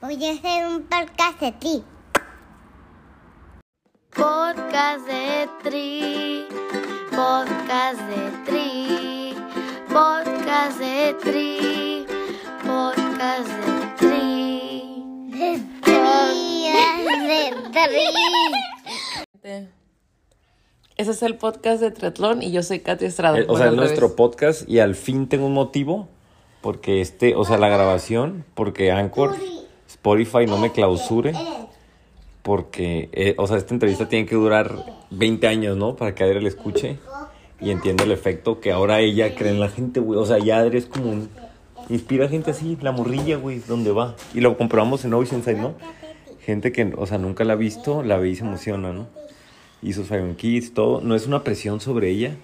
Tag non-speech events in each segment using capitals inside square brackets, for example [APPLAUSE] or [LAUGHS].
Voy a hacer un podcast de ti. Podcast de Tri, podcast de Tri, podcast de Tri, podcast de Tri. De tri, de tri. Ese es el podcast de Tretlón y yo soy Katy Estrada. Eh, o Bueno, sea, es al revés. nuestro podcast y al fin tengo un motivo porque este, o sea, la grabación, porque Anchor, Spotify no me clausure, porque, eh, o sea, esta entrevista tiene que durar 20 años, ¿no? Para que Adri la escuche y entienda el efecto que ahora ella cree en la gente, güey. O sea, ya Adri es como un... Inspira a gente así, la morrilla, güey, donde va. Y lo comprobamos en Oceanside, ¿no? Gente que, o sea, nunca la ha visto, la ve y se emociona, ¿no? y sus Iron Kids, todo, no es una presión sobre ella.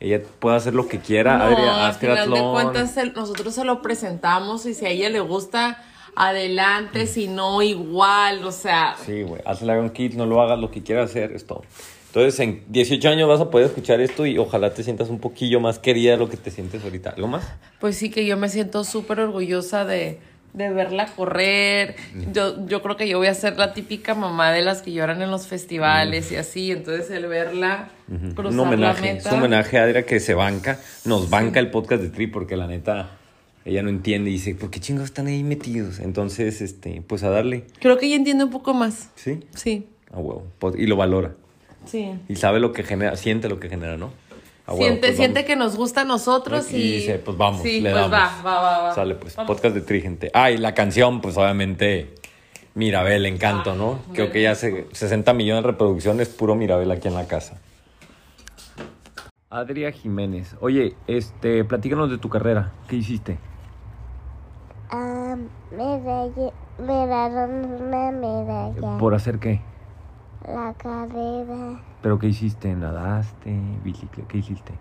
Ella puede hacer lo que quiera, No, Adri, al haz final de triatlón. cuentas el- nosotros se lo presentamos y si a ella le gusta, adelante, si no, igual, o sea, Sí, güey, haz el Iron Kids, no lo hagas, lo que quiera hacer, es todo. Entonces, en 18 años vas a poder escuchar esto y ojalá te sientas un poquillo más querida de lo que te sientes ahorita. ¿Algo más? Pues sí, que yo me siento súper orgullosa de, de verla correr. Mm. Yo, yo creo que yo voy a ser la típica mamá de las que lloran en los festivales y así. Entonces, el verla cruzar Mm. un homenaje, la es meta. un homenaje a Adria que se banca, nos banca el podcast de Tri porque la neta ella no entiende y dice, ¿por qué chingados están ahí metidos? Entonces, este, pues a darle, Creo que ya entiendo un poco más. ¿sí? Sí, A huevo, pod- y lo valora. sí. Y sabe lo que genera, siente lo que genera, ¿no? Ah, bueno, siente pues siente vamos. que nos gusta a nosotros y... Y dice, pues vamos, Sí, le pues damos. va, va, va, va. Sale, pues, Vamos. podcast de Tri, gente. Ah, y la canción, pues obviamente, Mirabel, Encanto, ¿no? Creo que ya se, 60 millones de reproducciones, puro Mirabel aquí en la casa. Adria Jiménez. Oye, este, platícanos de tu carrera. ¿Qué hiciste? Ah, medalla, me daron una medalla. ¿Por hacer qué? La carrera, ¿Pero qué hiciste? ¿Nadaste? ¿Bicicleta? ¿Qué hiciste?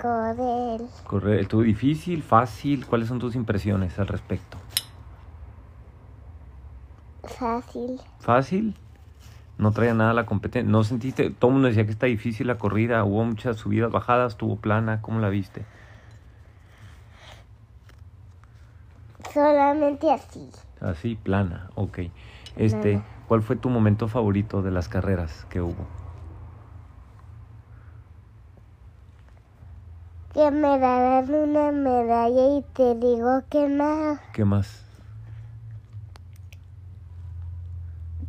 correr, Correr, ¿Estuvo difícil? ¿Fácil? ¿Cuáles son tus impresiones al respecto? fácil. fácil. No traía nada la competencia. No sentiste, todo el mundo decía que está difícil la corrida, hubo muchas subidas, bajadas, tuvo plana, ¿cómo la viste? Solamente así. Así, plana, ok. Este, Plana. ¿cuál fue tu momento favorito de las carreras que hubo? Que me darán una medalla y te digo que no. ¿Qué más?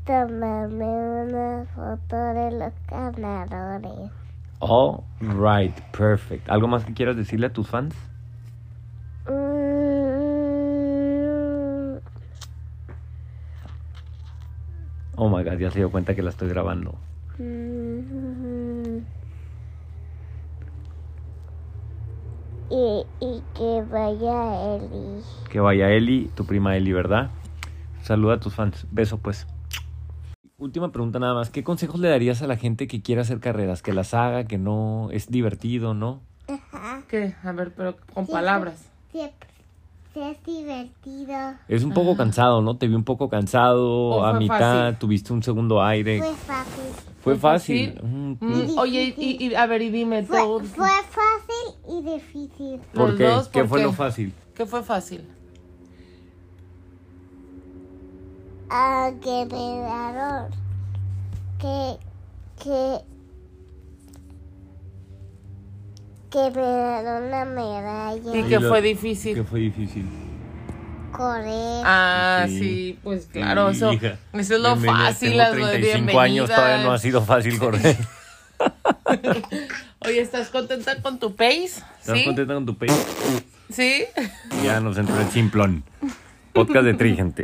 Tomarme una foto de los ganadores. All right, perfect. ¿Algo más que quieras decirle a tus fans? Mm, Oh my god, ya se dio cuenta que la estoy grabando. mm. Y, y que vaya Eli. Que vaya Eli, tu prima Eli, ¿verdad? Saluda a tus fans. Beso, pues. Última pregunta nada más. ¿Qué consejos le darías a la gente que quiera hacer carreras? Que las haga, que no es divertido, ¿no? ¿Qué? A ver, pero con palabras. Siempre. Es divertido. Es un poco cansado, ¿no? Te vi un poco cansado, O Ah. a Oh, fue mitad, fácil. tuviste un segundo aire. Fue fácil. fue Fue, fácil. fácil. Mm, Pues, Mm, oye, y, y- a ver, y dime, Fue, todo- fue fácil y difícil. ¿Por los qué? dos, ¿Qué ¿por fue qué? lo fácil? ¿Qué fue fácil? Ah, que me daron. Que. Que. Que me daron una ¿Y medalla. qué lo- fue difícil? ¿Qué fue difícil? Correr. Ah, sí, Sí. pues Sí, claro, eso, hija. eso es lo Bienvenida, fácil. Tengo las 35 años, todavía no ha bienvenidas. sido fácil [LAUGHS] correr. Oye, ¿estás contenta con tu pace? ¿Estás ¿Sí? contenta con tu país? ¿Sí? Ya nos entró el simplón. Podcast de Trigente.